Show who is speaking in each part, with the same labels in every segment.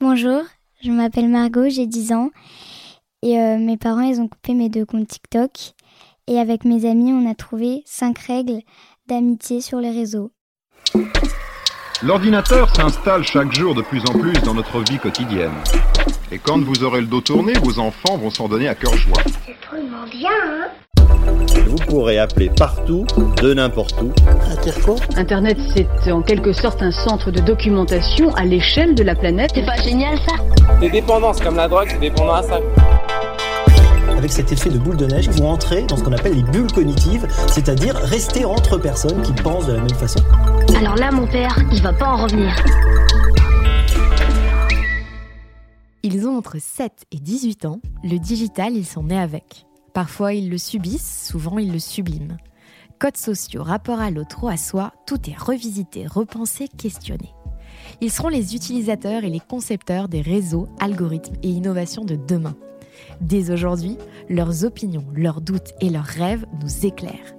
Speaker 1: Bonjour, je m'appelle Margot, j'ai 10 ans et euh, mes parents ils ont coupé mes deux comptes TikTok et avec mes amis on a trouvé 5 règles d'amitié sur les réseaux.
Speaker 2: L'ordinateur s'installe chaque jour de plus en plus dans notre vie quotidienne. Et quand vous aurez le dos tourné, vos enfants vont s'en donner à cœur joie.
Speaker 3: C'est vraiment bien, hein
Speaker 4: Vous pourrez appeler partout, de n'importe où.
Speaker 5: Internet, c'est en quelque sorte un centre de documentation à l'échelle de la planète.
Speaker 3: C'est pas génial, ça
Speaker 6: Des dépendances comme la drogue, c'est dépendant à ça.
Speaker 7: Avec cet effet de boule de neige, vous entrez dans ce qu'on appelle les bulles cognitives, c'est-à-dire rester entre personnes qui pensent de la même façon.
Speaker 3: Alors là, mon père, il va pas en revenir.
Speaker 8: Ils ont entre 7 et 18 ans, le digital, ils sont nés avec. Parfois, ils le subissent, souvent, ils le subliment. Codes sociaux, rapport à l'autre ou à soi, tout est revisité, repensé, questionné. Ils seront les utilisateurs et les concepteurs des réseaux, algorithmes et innovations de demain. Dès aujourd'hui, leurs opinions, leurs doutes et leurs rêves nous éclairent.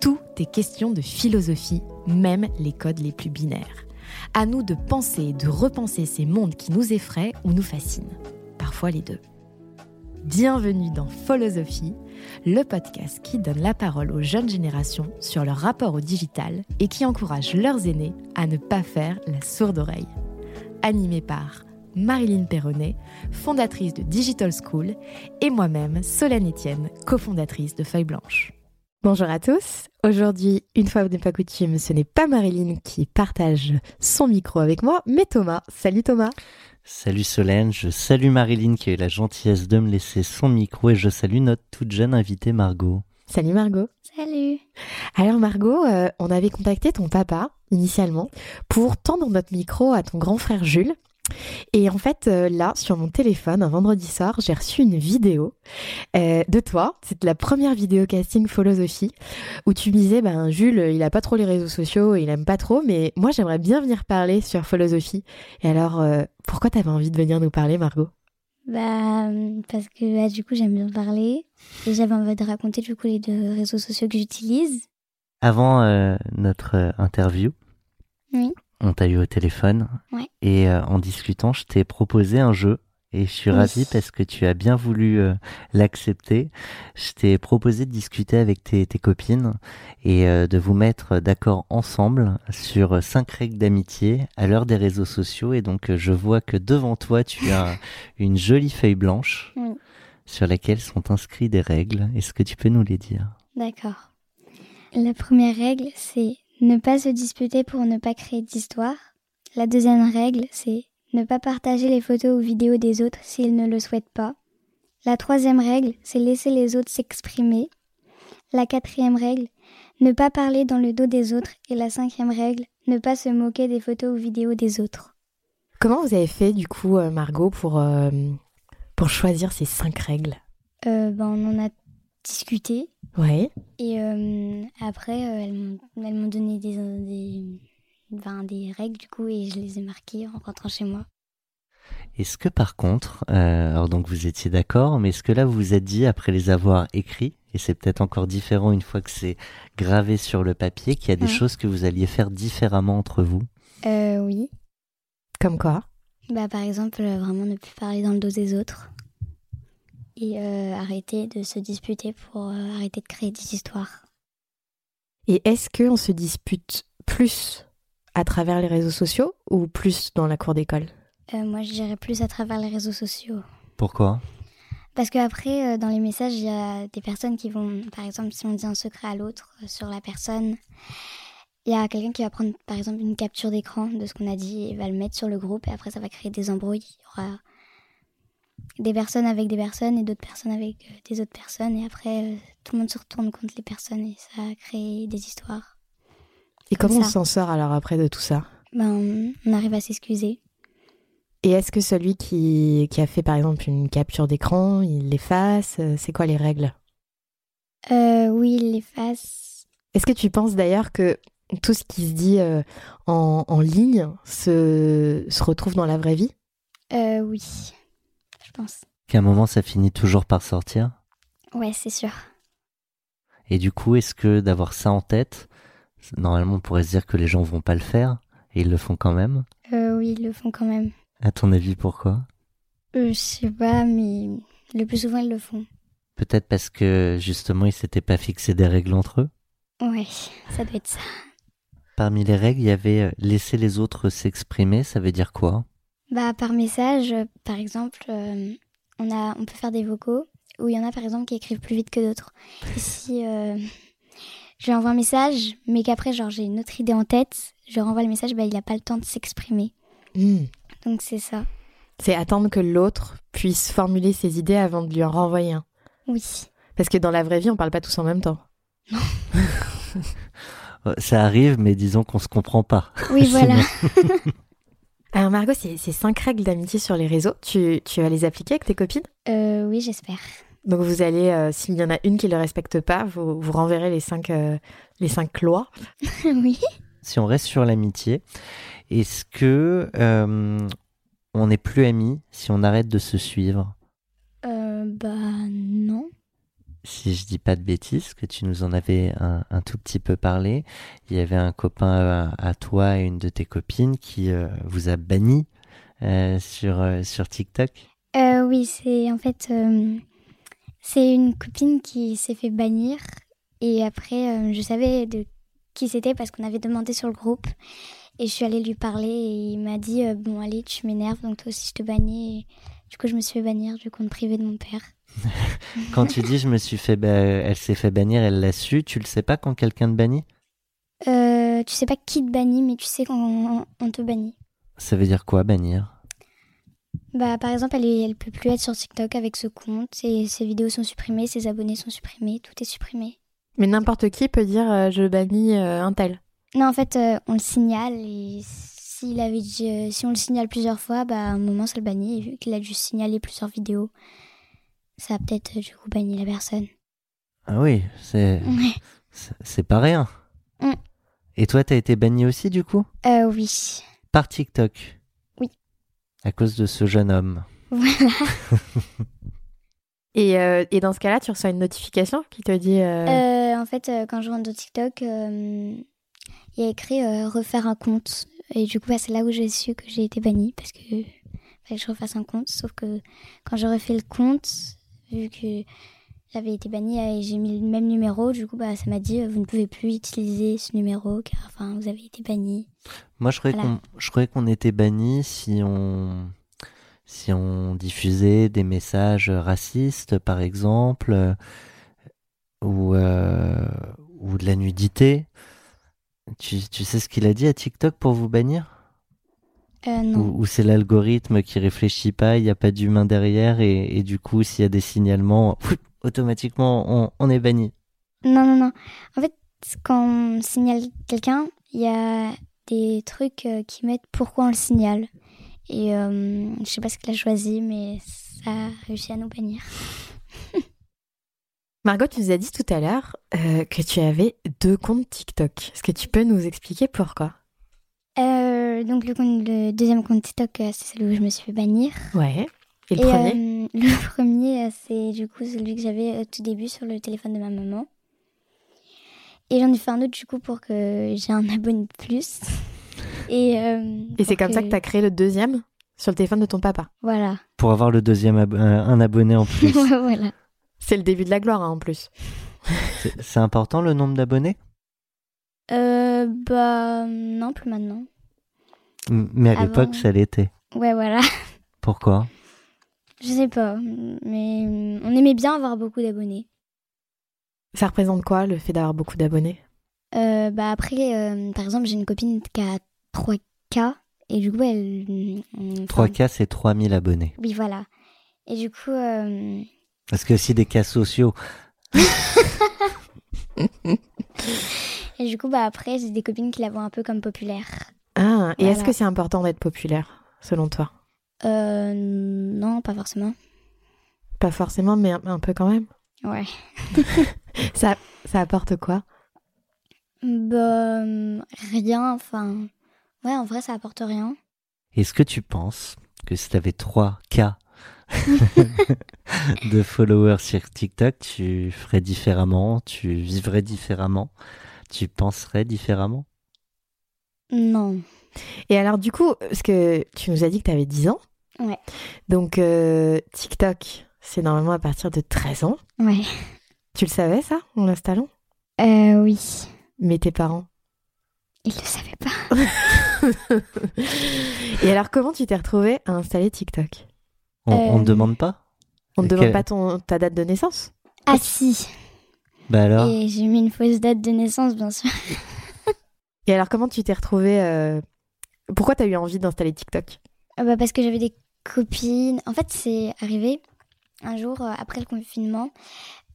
Speaker 8: Tout est question de philosophie, même les codes les plus binaires. À nous de penser et de repenser ces mondes qui nous effraient ou nous fascinent. Parfois les deux. Bienvenue dans Philosophie, le podcast qui donne la parole aux jeunes générations sur leur rapport au digital et qui encourage leurs aînés à ne pas faire la sourde oreille. Animé par Marilyn Perronnet, fondatrice de Digital School, et moi-même, Solène Etienne, cofondatrice de Feuille Blanche. Bonjour à tous. Aujourd'hui, une fois n'est pas coutume, ce n'est pas Marilyn qui partage son micro avec moi, mais Thomas. Salut Thomas.
Speaker 9: Salut Solène, je salue Marilyn qui a eu la gentillesse de me laisser son micro et je salue notre toute jeune invitée Margot.
Speaker 8: Salut Margot.
Speaker 1: Salut
Speaker 8: Alors Margot, euh, on avait contacté ton papa initialement pour tendre notre micro à ton grand frère Jules. Et en fait, euh, là, sur mon téléphone, un vendredi soir, j'ai reçu une vidéo euh, de toi. C'est la première vidéo casting Philosophie où tu me disais, ben Jules, il a pas trop les réseaux sociaux, il aime pas trop, mais moi j'aimerais bien venir parler sur Philosophie. Et alors, euh, pourquoi t'avais envie de venir nous parler, Margot
Speaker 1: Bah euh, parce que bah, du coup j'aime bien parler et j'avais envie de raconter du coup les deux réseaux sociaux que j'utilise.
Speaker 9: Avant euh, notre euh, interview,
Speaker 1: Oui.
Speaker 9: on t'a eu au téléphone
Speaker 1: Ouais.
Speaker 9: et euh, en discutant, je t'ai proposé un jeu et je suis
Speaker 1: Oui.
Speaker 9: ravi parce que tu as bien voulu euh, l'accepter. Je t'ai proposé de discuter avec tes, tes copines et euh, de vous mettre d'accord ensemble sur euh, cinq règles d'amitié à l'heure des réseaux sociaux. Et donc, euh, je vois que devant toi, tu as une jolie feuille blanche
Speaker 1: Oui.
Speaker 9: sur laquelle sont inscrites des règles. Est-ce que tu peux nous les dire
Speaker 1: D'accord. La première règle c'est ne pas se disputer pour ne pas créer d'histoire. La deuxième règle c'est ne pas partager les photos ou vidéos des autres s'ils ne le souhaitent pas. La troisième règle c'est laisser les autres s'exprimer. La quatrième règle ne pas parler dans le dos des autres et la cinquième règle ne pas se moquer des photos ou vidéos des autres.
Speaker 8: Comment vous avez fait du coup, euh, Margot, pour, euh, pour choisir ces cinq règles
Speaker 1: Euh, ben, on en a discuté
Speaker 8: Ouais.
Speaker 1: et euh, après euh, elles m'ont- elles m'ont donné des, des, ben, des règles du coup et je les ai marquées en rentrant chez moi.
Speaker 9: Est-ce que par contre, euh, alors donc vous étiez d'accord, mais est-ce que là vous vous êtes dit après les avoir écrits, et c'est peut-être encore différent une fois que c'est gravé sur le papier, qu'il y a des
Speaker 1: Ouais.
Speaker 9: choses que vous alliez faire différemment entre vous
Speaker 1: Euh, oui.
Speaker 8: Comme quoi
Speaker 1: Bah, par exemple euh, vraiment ne plus parler dans le dos des autres et euh, arrêter de se disputer pour euh, arrêter de créer des histoires.
Speaker 8: Et est-ce qu'on se dispute plus à travers les réseaux sociaux ou plus dans la cour d'école
Speaker 1: Euh, moi je dirais plus à travers les réseaux sociaux.
Speaker 9: Pourquoi
Speaker 1: Parce qu'après, dans les messages, il y a des personnes qui vont, par exemple, si on dit un secret à l'autre euh, sur la personne, il y a quelqu'un qui va prendre, par exemple, une capture d'écran de ce qu'on a dit et va le mettre sur le groupe. Et après, ça va créer des embrouilles. Il y aura des personnes avec des personnes et d'autres personnes avec euh, des autres personnes. Et après, euh, tout le monde se retourne contre les personnes et ça crée des histoires.
Speaker 8: Et
Speaker 1: Comme
Speaker 8: comment on
Speaker 1: ça.
Speaker 8: s'en sort alors après de tout ça
Speaker 1: ben, on arrive à s'excuser.
Speaker 8: Et est-ce que celui qui, qui a fait par exemple une capture d'écran, il l'efface C'est quoi les règles
Speaker 1: Euh, oui, il l'efface.
Speaker 8: Est-ce que tu penses d'ailleurs que tout ce qui se dit euh, en, en ligne se, se retrouve dans la vraie vie
Speaker 1: Euh, oui, je pense.
Speaker 6: Qu'à un moment, ça finit toujours par sortir.
Speaker 1: Ouais, c'est sûr.
Speaker 6: Et du coup, est-ce que d'avoir ça en tête, normalement, on pourrait se dire que les gens vont pas le faire, et ils le font quand même.
Speaker 1: Euh, oui, ils le font quand même.
Speaker 6: À ton avis, pourquoi
Speaker 1: Euh, je sais pas, mais le plus souvent, ils le font.
Speaker 6: Peut-être parce que justement, ils s'étaient pas fixé des règles entre eux.
Speaker 1: Ouais, ça doit être ça.
Speaker 6: Parmi les règles, il y avait euh, laisser les autres s'exprimer. Ça veut dire quoi
Speaker 1: Bah, par message, euh, par exemple, euh, on, a, on peut faire des vocaux où il y en a par exemple qui écrivent plus vite que d'autres. Et si euh, je lui envoie un message, mais qu'après, genre, j'ai une autre idée en tête, je renvoie le message, bah, il n'a pas le temps de s'exprimer.
Speaker 8: Hmm.
Speaker 1: Donc, c'est ça.
Speaker 8: C'est attendre que l'autre puisse formuler ses idées avant de lui en renvoyer un.
Speaker 1: Oui.
Speaker 8: Parce que dans la vraie vie, on parle pas tous en même temps.
Speaker 6: Euh, Ça arrive, mais disons qu'on se comprend pas. Sinon-
Speaker 8: Alors Margot, ces ces cinq règles d'amitié sur les réseaux, tu, tu vas les appliquer avec tes copines
Speaker 1: Euh, oui, j'espère.
Speaker 8: Donc vous allez, euh, s'il y en a une qui ne le respecte pas, vous, vous renverrez les cinq, euh, les cinq lois.
Speaker 1: oui.
Speaker 6: si on reste sur l'amitié, est-ce que euh, on n'est plus amis si on arrête de se suivre
Speaker 1: Euh, bah, non.
Speaker 6: Si je dis pas de bêtises, que tu nous en avais un, un tout petit peu parlé, il y avait un copain euh, à toi et une de tes copines qui euh, vous a banni euh, sur, euh, sur TikTok.
Speaker 1: Euh, oui, c'est en fait. euh, c'est une copine qui s'est fait bannir. Et après, euh, je savais de qui c'était parce qu'on avait demandé sur le groupe. Et je suis allée lui parler et il m'a dit euh, Bon, allez, tu m'énerves, donc toi aussi je te bannis. Et du coup, je me suis fait bannir du compte privé de mon père.
Speaker 6: Quand tu dis je me suis fait, ba- elle s'est fait bannir, elle l'a su, tu le sais pas quand quelqu'un te bannit
Speaker 1: Euh, tu sais pas qui te bannit, mais tu sais qu'on on te bannit.
Speaker 6: Ça veut dire quoi bannir
Speaker 1: Bah, par exemple, elle, est- elle peut plus être sur TikTok avec ce compte. Et ses vidéos sont supprimées, ses abonnés sont supprimés, tout est supprimé.
Speaker 8: Mais n'importe qui peut dire euh, je bannis euh, un tel.
Speaker 1: Non, en fait, euh, on le signale et s'il avait dit- euh, si on le signale plusieurs fois, bah, à un moment, ça le bannit. Et vu qu'il a dû signaler plusieurs vidéos, ça a peut-être euh, du coup banni la personne.
Speaker 6: Ah oui, c'est
Speaker 1: Ouais.
Speaker 6: c'est- c'est pas rien.
Speaker 1: Mm.
Speaker 6: Et toi, t'as été banni aussi du coup
Speaker 1: Euh, oui.
Speaker 6: Par TikTok
Speaker 1: Oui.
Speaker 6: À cause de ce jeune homme.
Speaker 1: Voilà.
Speaker 8: Et, euh, et dans ce cas-là, tu reçois une notification qui te dit... euh,
Speaker 1: Euh, en fait, euh, quand je rentre dans TikTok, euh, il y a écrit euh, refaire un compte. Et du coup, bah, c'est là où j'ai su que j'ai été bannie parce que fallait que je refasse un compte. Sauf que quand j'ai refait le compte, vu que j'avais été bannie euh, et j'ai mis le même numéro, du coup, bah, ça m'a dit euh, vous ne pouvez plus utiliser ce numéro car enfin, vous avez été bannie.
Speaker 6: Moi, je croyais
Speaker 1: Voilà.
Speaker 6: qu'on je croyais qu'on était banni si on si on diffusait des messages racistes, par exemple, euh, ou euh, ou de la nudité. Tu, tu sais ce qu'il a dit à TikTok pour vous bannir
Speaker 1: Euh, non.
Speaker 6: Ou, ou c'est l'algorithme qui réfléchit pas, il n'y a pas d'humain derrière, et, et du coup, s'il y a des signalements, automatiquement, on, on est banni.
Speaker 1: Non, non, non. En fait, quand on signale quelqu'un, il y a des trucs euh, qui mettent pourquoi on le signale. Et euh, je sais pas ce qu'il a choisi, mais ça a réussi à nous bannir.
Speaker 8: Margot, tu nous as dit tout à l'heure euh, que tu avais deux comptes TikTok. Est-ce que tu peux nous expliquer pourquoi
Speaker 1: Euh, donc, le, compte- le deuxième compte TikTok, euh, c'est celui où je me suis fait bannir.
Speaker 8: Ouais. Et le premier
Speaker 1: euh, Le premier, euh, c'est du coup celui que j'avais au tout début sur le téléphone de ma maman. Et j'en ai fait un autre du coup pour que j'ai un abonné de plus. Et, euh,
Speaker 8: Et c'est
Speaker 1: pour
Speaker 8: comme ça que tu as créé le deuxième sur le téléphone de ton papa.
Speaker 1: Voilà.
Speaker 6: Pour avoir le deuxième ab- euh, un abonné en plus.
Speaker 1: voilà.
Speaker 8: C'est le début de la gloire hein, en plus.
Speaker 6: C'est- c'est important le nombre d'abonnés
Speaker 1: Euh, bah, non, plus maintenant.
Speaker 6: M- Mais à
Speaker 1: Avant.
Speaker 6: l'époque, ça l'était.
Speaker 1: Ouais, voilà.
Speaker 6: Pourquoi
Speaker 1: Je sais pas, mais euh, on aimait bien avoir beaucoup d'abonnés.
Speaker 8: Ça représente quoi le fait d'avoir beaucoup d'abonnés
Speaker 1: Euh, bah, après, euh, par exemple, j'ai une copine qui a 3K, et du coup, elle. on-
Speaker 6: 3K, c'est 3000 abonnés.
Speaker 1: Oui, voilà. Et du coup, euh,
Speaker 6: Parce que aussi des cas sociaux.
Speaker 1: et du coup bah, après, j'ai des copines qui la voient un peu comme populaire.
Speaker 8: Ah, et est-ce
Speaker 1: Voilà.
Speaker 8: que c'est important d'être populaire, selon toi
Speaker 1: Euh, non, pas forcément.
Speaker 8: Pas forcément, mais un, un peu quand même.
Speaker 1: Ouais.
Speaker 8: ça, ça apporte quoi
Speaker 1: Bah, hum, rien, enfin. Ouais, en vrai, ça apporte rien.
Speaker 6: Est-ce que tu penses que si tu avais 3 cas de followers sur TikTok, tu ferais différemment, tu vivrais différemment, tu penserais différemment
Speaker 1: Non.
Speaker 8: Et alors, du coup, parce que tu nous as dit que tu avais 10 ans.
Speaker 1: Ouais.
Speaker 8: Donc, euh, TikTok, c'est normalement à partir de 13 ans.
Speaker 1: Ouais.
Speaker 8: Tu le savais, ça, en l'installant
Speaker 1: Euh, oui.
Speaker 8: Mais tes parents
Speaker 1: Ils le savaient pas.
Speaker 8: Et alors, comment tu t'es retrouvée à installer TikTok
Speaker 6: On on ne
Speaker 8: Euh,
Speaker 6: demande pas
Speaker 8: On ne
Speaker 6: Quel-
Speaker 8: demande pas ton, ta date de naissance
Speaker 1: Ah si.
Speaker 6: Bah alors
Speaker 1: Et j'ai mis une fausse date de naissance, bien sûr.
Speaker 8: Et alors, comment tu t'es retrouvée euh, Pourquoi tu as eu envie d'installer TikTok
Speaker 1: Ah bah, parce que j'avais des copines. En fait, c'est arrivé un jour euh, après le confinement.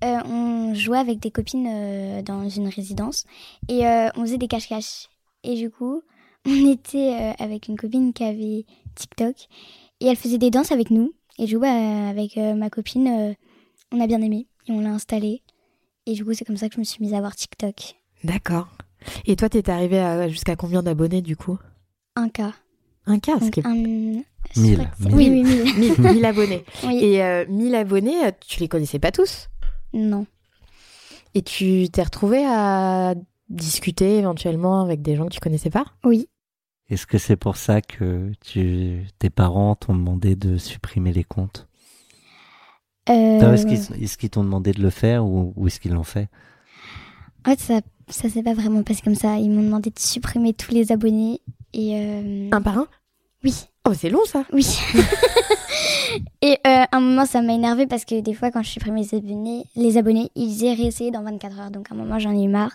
Speaker 1: Euh, on jouait avec des copines euh, dans une résidence et euh, on faisait des cache-cache. Et du coup, on était euh, avec une copine qui avait TikTok et elle faisait des danses avec nous. Et du coup, bah, avec euh, ma copine, euh, on a bien aimé et on l'a installé. Et du coup, c'est comme ça que je me suis mise à avoir TikTok.
Speaker 8: D'accord. Et toi, t'es arrivée à- jusqu'à combien d'abonnés, du coup
Speaker 1: Un cas.
Speaker 8: Un cas, ce qui est...
Speaker 1: Un- je
Speaker 6: Ah, Mille,
Speaker 1: crois que c'est-
Speaker 6: mille.
Speaker 1: Oui, oui, mille.
Speaker 8: 1000 1000 abonnés.
Speaker 1: Oui.
Speaker 8: Et euh, 1000 abonnés, euh, tu les connaissais pas tous
Speaker 1: Non.
Speaker 8: Et tu t'es retrouvée à discuter éventuellement avec des gens que tu connaissais pas
Speaker 1: Oui.
Speaker 6: Est-ce que c'est pour ça que tu, tes parents t'ont demandé de supprimer les comptes
Speaker 1: Euh,
Speaker 6: Non, Est-ce qu'ils est-ce qu'ils t'ont demandé de le faire ou, ou est-ce qu'ils l'ont fait
Speaker 1: Euh, En fait, ça, ça s'est pas vraiment passé comme ça. Ils m'ont demandé de supprimer tous les abonnés et. euh,
Speaker 8: Un par un
Speaker 1: Oui,
Speaker 8: Oh, c'est long ça
Speaker 1: oui. et euh, à un moment, ça m'a énervé parce que des fois, quand je supprimais les abonnés, les abonnés, ils disaient réessayer dans 24 heures. Donc à un moment, j'en ai eu marre.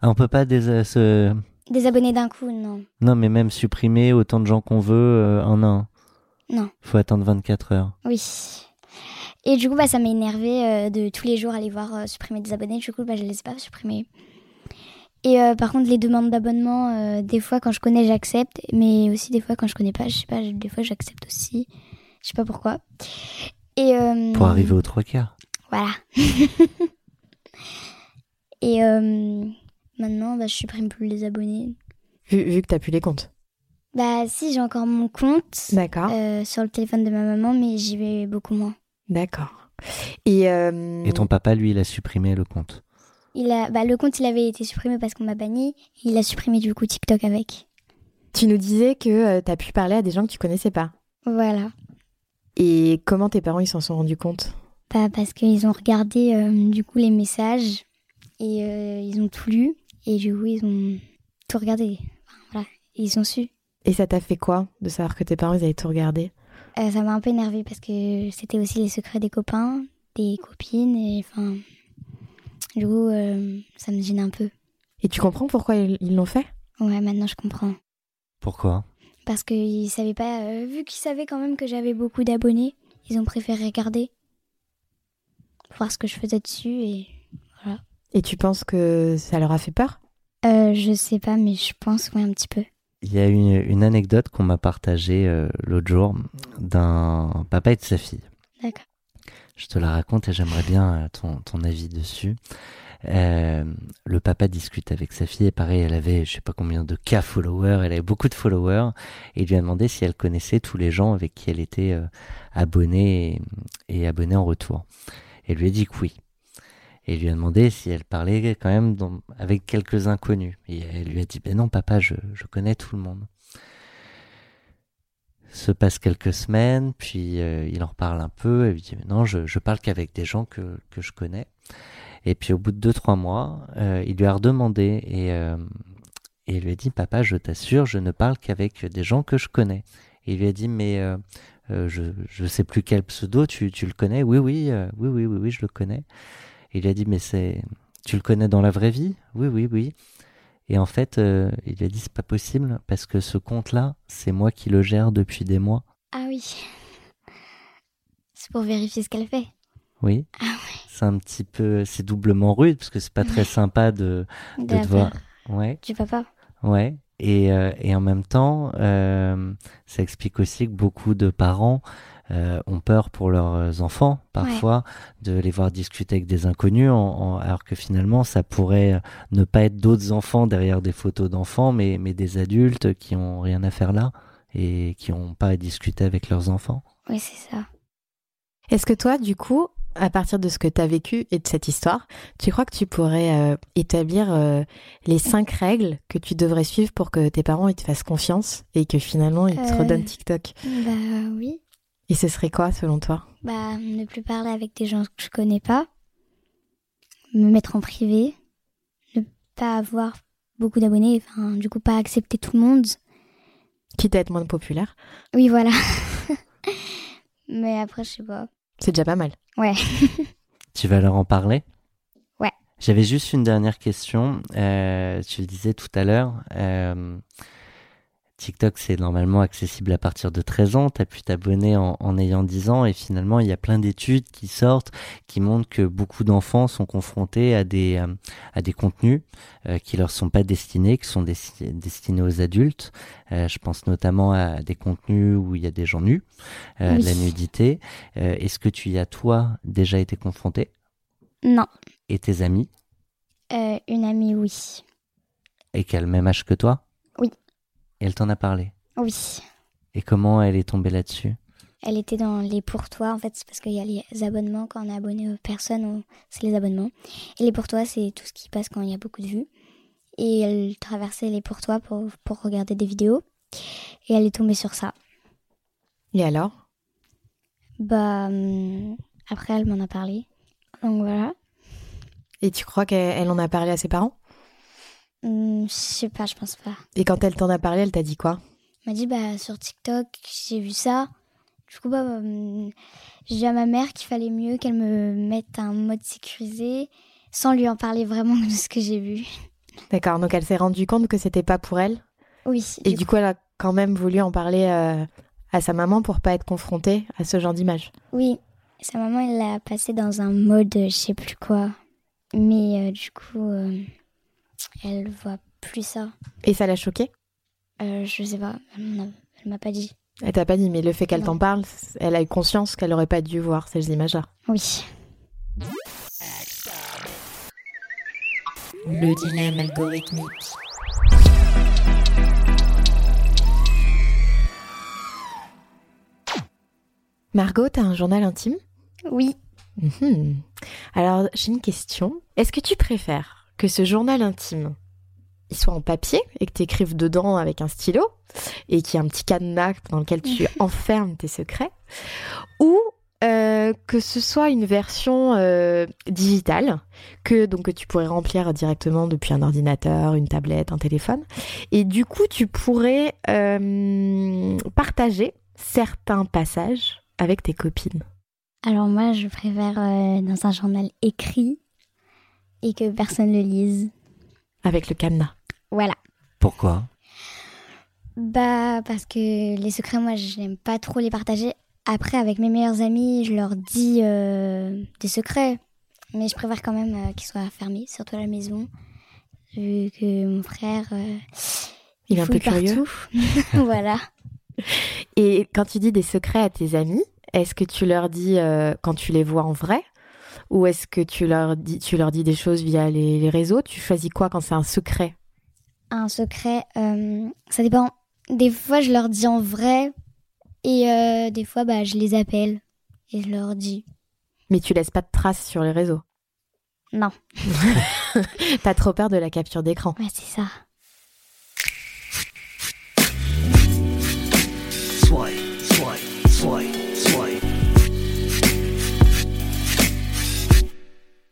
Speaker 6: ah, On peut pas dés- euh, se...
Speaker 1: Des abonnés d'un coup, non.
Speaker 6: Non, mais même supprimer autant de gens qu'on veut euh, en un.
Speaker 1: Non.
Speaker 6: Faut attendre 24 heures.
Speaker 1: Oui. Et du coup, bah, ça m'a énervé euh, de tous les jours aller voir euh, supprimer des abonnés. Du coup, bah, je les ai pas supprimés. Et euh, par contre, les demandes d'abonnement, euh, des fois quand je connais, j'accepte. Mais aussi des fois quand je connais pas, je sais pas, des fois j'accepte aussi. Je sais pas pourquoi. Et, euh,
Speaker 6: Pour arriver aux trois quarts.
Speaker 1: Voilà. Et euh, maintenant, bah, je supprime plus les abonnés.
Speaker 8: Vu, vu que t'as plus les comptes.
Speaker 1: Bah si, j'ai encore mon compte
Speaker 8: D'accord.
Speaker 1: euh, sur le téléphone de ma maman, mais j'y vais beaucoup moins.
Speaker 8: D'accord. Et, euh,
Speaker 6: Et ton papa, lui, il a supprimé le compte.
Speaker 1: Il a, bah, le compte, il avait été supprimé parce qu'on m'a banni. Il a supprimé du coup TikTok avec.
Speaker 8: tu nous disais que euh, t'as pu parler à des gens que tu connaissais pas.
Speaker 1: Voilà.
Speaker 8: Et comment tes parents ils s'en sont rendus compte
Speaker 1: Bah, parce qu'ils ont regardé euh, du coup les messages et euh, ils ont tout lu. Et du coup, ils ont tout regardé. Enfin, voilà. Ils ont su.
Speaker 8: Et ça t'a fait quoi de savoir que tes parents ils avaient tout regardé
Speaker 1: Euh, ça m'a un peu énervée parce que c'était aussi les secrets des copains, des copines. Et enfin. Du coup, euh, ça me gêne un peu.
Speaker 8: Et tu comprends pourquoi ils ils l'ont fait
Speaker 1: Ouais, maintenant je comprends.
Speaker 6: Pourquoi
Speaker 1: Parce qu'ils savaient pas. euh, vu qu'ils savaient quand même que j'avais beaucoup d'abonnés, ils ont préféré regarder. Pour voir ce que je faisais dessus et.
Speaker 8: Et tu penses que ça leur a fait peur
Speaker 1: Euh, je sais pas, mais je pense, ouais, un petit peu.
Speaker 6: Il y a une, une anecdote qu'on m'a partagée euh, l'autre jour d'un papa et de sa fille.
Speaker 1: D'accord.
Speaker 6: Je te la raconte et j'aimerais bien euh, ton, ton avis dessus. Euh, le papa discute avec sa fille et pareil, elle avait je sais pas combien de cas followers, elle avait beaucoup de followers et il lui a demandé si elle connaissait tous les gens avec qui elle était euh, abonnée et, et abonnée en retour. Et lui a dit que oui. Et il lui a demandé si elle parlait quand même dans- avec quelques inconnus. Et elle lui a dit, ben non papa, je, je connais tout le monde. Se passe quelques semaines, puis euh, il en reparle un peu, et il dit, non, je, je parle qu'avec des gens que, que je connais. Et puis au bout de deux, trois mois, euh, il lui a redemandé, et, euh, et il lui a dit, papa, je t'assure, je ne parle qu'avec des gens que je connais. Et il lui a dit, mais euh, euh, je je sais plus quel pseudo, tu, tu le connais Oui, oui, euh, oui, oui, oui, oui, je le connais. Et il lui a dit, mais c'est... Tu le connais dans la vraie vie Oui, oui, oui. Et en fait, euh, il lui a dit, c'est pas possible, parce que ce compte-là, c'est moi qui le gère depuis des mois.
Speaker 1: Ah oui. C'est pour vérifier ce qu'elle fait.
Speaker 6: Oui.
Speaker 1: Ah ouais.
Speaker 6: C'est un petit peu... C'est doublement rude, parce que c'est pas très sympa de,
Speaker 1: De
Speaker 6: de
Speaker 1: la
Speaker 6: devoir...
Speaker 1: part
Speaker 6: Ouais,
Speaker 1: Du papa.
Speaker 6: ouais. Et, euh, et en même temps, euh, ça explique aussi que beaucoup de parents euh, ont peur pour leurs euh, enfants, parfois, de les voir discuter avec des inconnus, en- en- alors que finalement, ça pourrait euh, ne pas être d'autres enfants derrière des photos d'enfants, mais, mais des adultes qui ont rien à faire là et qui n'ont pas à discuter avec leurs enfants.
Speaker 1: Oui, c'est ça.
Speaker 8: Est-ce que toi, du coup, à partir de ce que tu as vécu et de cette histoire, tu crois que tu pourrais euh, établir euh, les cinq règles que tu devrais suivre pour que tes parents ils te fassent confiance et que finalement ils te
Speaker 1: Euh.
Speaker 8: redonnent TikTok
Speaker 1: Bah oui.
Speaker 8: Et ce serait quoi selon toi
Speaker 1: Bah, ne plus parler avec des gens que je connais pas. Me mettre en privé. Ne pas avoir beaucoup d'abonnés. Enfin, du coup, pas accepter tout le monde.
Speaker 8: Quitte à être moins populaire,
Speaker 1: Oui, voilà. Mais après, je sais pas.
Speaker 8: c'est déjà pas mal.
Speaker 1: Ouais.
Speaker 6: Tu vas leur en parler
Speaker 1: Ouais.
Speaker 6: J'avais juste une dernière question. Euh, tu le disais tout à l'heure, euh, TikTok, c'est normalement accessible à partir de 13 ans. Tu as pu t'abonner en, en ayant 10 ans et finalement, il y a plein d'études qui sortent qui montrent que beaucoup d'enfants sont confrontés à des, euh, à des contenus euh, qui leur sont pas destinés, qui sont desti- destinés aux adultes. Euh, je pense notamment à des contenus où il y a des gens nus, euh, de la
Speaker 1: Oui.
Speaker 6: nudité. Euh, Est-ce que tu y as, toi, déjà été confronté
Speaker 1: Non.
Speaker 6: et tes amis
Speaker 1: Euh, une amie, oui.
Speaker 6: et qui a le même âge que toi
Speaker 1: Oui.
Speaker 6: Et elle t'en a parlé.
Speaker 1: Oui.
Speaker 6: Et comment elle est tombée là-dessus
Speaker 1: Elle était dans les pour toi, en fait, c'est parce qu'il y a les abonnements, quand on est abonné aux personnes, on- c'est les abonnements. Et les pour toi, c'est tout ce qui passe quand il y a beaucoup de vues. Et elle traversait les pour toi pour, pour regarder des vidéos. Et elle est tombée sur ça.
Speaker 8: Et alors
Speaker 1: Bah, hum, après, elle m'en a parlé. Donc voilà.
Speaker 8: Et tu crois qu'elle elle en a parlé à ses parents
Speaker 1: Hum, je sais pas, je pense pas.
Speaker 8: Et quand elle t'en a parlé, elle t'a dit quoi
Speaker 1: Elle m'a dit, bah, sur TikTok, j'ai vu ça. Du coup, bah, hum, j'ai dit à ma mère qu'il fallait mieux qu'elle me mette un mode sécurisé sans lui en parler vraiment de ce que j'ai vu.
Speaker 8: D'accord, donc elle s'est rendue compte que c'était pas pour elle.
Speaker 1: Oui.
Speaker 8: Et du coup, elle a quand même voulu en parler euh, à sa maman pour pas être confrontée à ce genre d'image.
Speaker 1: Oui, sa maman, elle l'a passé dans un mode euh, je sais plus quoi. Mais euh, du coup, euh, elle voit plus ça.
Speaker 8: Et ça l'a choquée
Speaker 1: Euh, je sais pas, elle m'en a- elle m'a pas dit.
Speaker 8: Elle t'a pas dit, mais le fait qu'elle
Speaker 1: Non.
Speaker 8: t'en parle, c- elle a eu conscience qu'elle aurait pas dû voir ces images-là.
Speaker 1: Oui.
Speaker 10: Le dilemme algorithmique.
Speaker 8: Margot, t'as un journal intime
Speaker 1: Oui.
Speaker 8: Mhm. Alors, j'ai une question. Est-ce que tu préfères que ce journal intime, il soit en papier et que t'écrives dedans avec un stylo et qu'il y ait un petit cadenas dans lequel tu enfermes tes secrets ou euh, que ce soit une version euh, digitale que donc que tu pourrais remplir directement depuis un ordinateur, une tablette, un téléphone, et du coup tu pourrais euh, partager certains passages avec tes copines.
Speaker 1: Alors moi, je préfère euh, dans un journal écrit et que personne le lise.
Speaker 8: Avec le cadenas.
Speaker 1: Voilà.
Speaker 6: Pourquoi
Speaker 1: Bah, parce que les secrets, moi, je n'aime pas trop les partager. Après, avec mes meilleurs amis, je leur dis euh, des secrets. Mais je préfère quand même euh, qu'ils soient fermés, surtout à la maison. Vu que mon frère. euh,
Speaker 8: Il est un peu
Speaker 1: fouille
Speaker 8: curieux.
Speaker 1: partout. voilà.
Speaker 8: Et quand tu dis des secrets à tes amis, est-ce que tu leur dis euh, quand tu les vois en vrai ou est-ce que tu leur dis tu leur dis des choses via les, les réseaux Tu choisis quoi quand c'est un secret
Speaker 1: Un secret, euh, ça dépend. Des fois, je leur dis en vrai. Et euh, des fois, bah, je les appelle. Et je leur dis.
Speaker 8: Mais tu laisses pas de traces sur les réseaux.
Speaker 1: Non.
Speaker 8: T'as trop peur de la capture d'écran.
Speaker 1: Ouais, c'est ça.
Speaker 10: Swipe, swipe, swipe, swipe.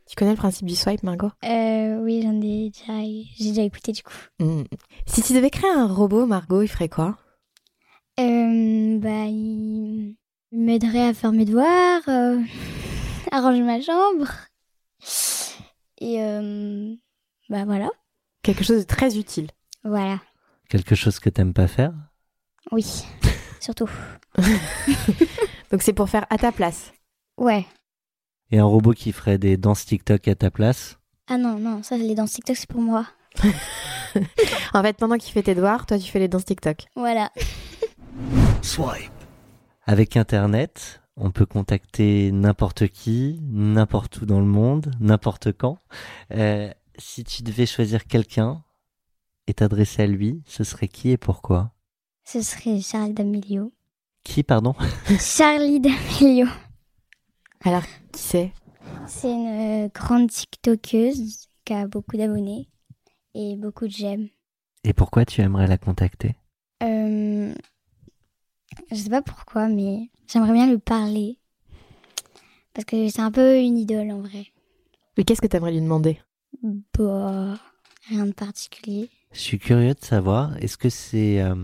Speaker 8: Tu connais le principe du swipe, Margot
Speaker 1: Euh, oui, j'en ai déjà, j'ai déjà écouté du coup.
Speaker 8: Hmm. Si tu devais créer un robot, Margot, il ferait quoi
Speaker 1: Euh, bah, il il m'aiderait à faire mes devoirs, euh, à ranger ma chambre. Et euh, bah voilà.
Speaker 8: Quelque chose de très utile.
Speaker 1: Voilà,
Speaker 6: Quelque chose que t'aimes pas faire
Speaker 1: oui. Surtout.
Speaker 8: Donc c'est pour faire à ta place.
Speaker 1: Ouais.
Speaker 6: Et un robot qui ferait des danses TikTok à ta place
Speaker 1: Ah non, non, ça, les danses TikTok, c'est pour moi.
Speaker 8: en fait, pendant qu'il fait Edouard, toi tu fais les danses TikTok.
Speaker 1: Voilà.
Speaker 11: Swipe.
Speaker 6: Avec Internet, on peut contacter n'importe qui, n'importe où dans le monde, n'importe quand. Euh, si tu devais choisir quelqu'un et t'adresser à lui, ce serait qui et pourquoi
Speaker 1: Ce serait Charles D'Amelio.
Speaker 6: Qui, pardon
Speaker 1: Charlie D'Amelio.
Speaker 8: Alors, qui c'est
Speaker 1: C'est une euh, grande TikTokeuse qui a beaucoup d'abonnés et beaucoup de j'aime.
Speaker 6: Et pourquoi tu aimerais la contacter
Speaker 1: Euh, je sais pas pourquoi, mais j'aimerais bien lui parler. Parce que c'est un peu une idole en vrai.
Speaker 8: Mais qu'est-ce que t'aimerais lui demander
Speaker 1: Bah, rien de particulier.
Speaker 6: Je suis curieux de savoir, est-ce que c'est euh,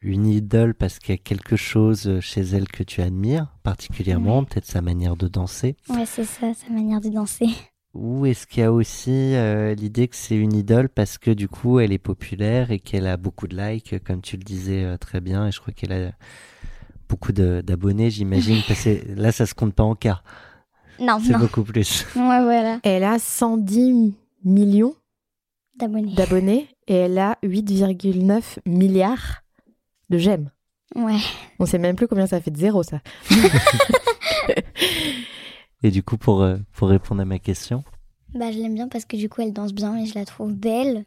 Speaker 6: une idole parce qu'il y a quelque chose euh, chez elle que tu admires particulièrement, peut-être sa manière de danser,
Speaker 1: Ouais, c'est ça, sa manière de danser.
Speaker 6: ou est-ce qu'il y a aussi euh, l'idée que c'est une idole parce que du coup elle est populaire et qu'elle a beaucoup de likes, comme tu le disais euh, très bien, et je crois qu'elle a beaucoup de- d'abonnés, j'imagine, parce que là ça se compte pas en cas,
Speaker 1: Non,
Speaker 6: c'est
Speaker 1: Oh non.
Speaker 6: beaucoup plus.
Speaker 1: Ouais, voilà.
Speaker 8: Elle a 110 millions
Speaker 1: D'abonnés.
Speaker 8: d'abonnés et elle a 8,9 milliards de j'aime.
Speaker 1: Ouais.
Speaker 8: On sait même plus combien ça fait de zéro, ça.
Speaker 6: Et du coup pour, euh, pour répondre à ma question,
Speaker 1: Bah, je l'aime bien parce que du coup, elle danse bien et je la trouve belle.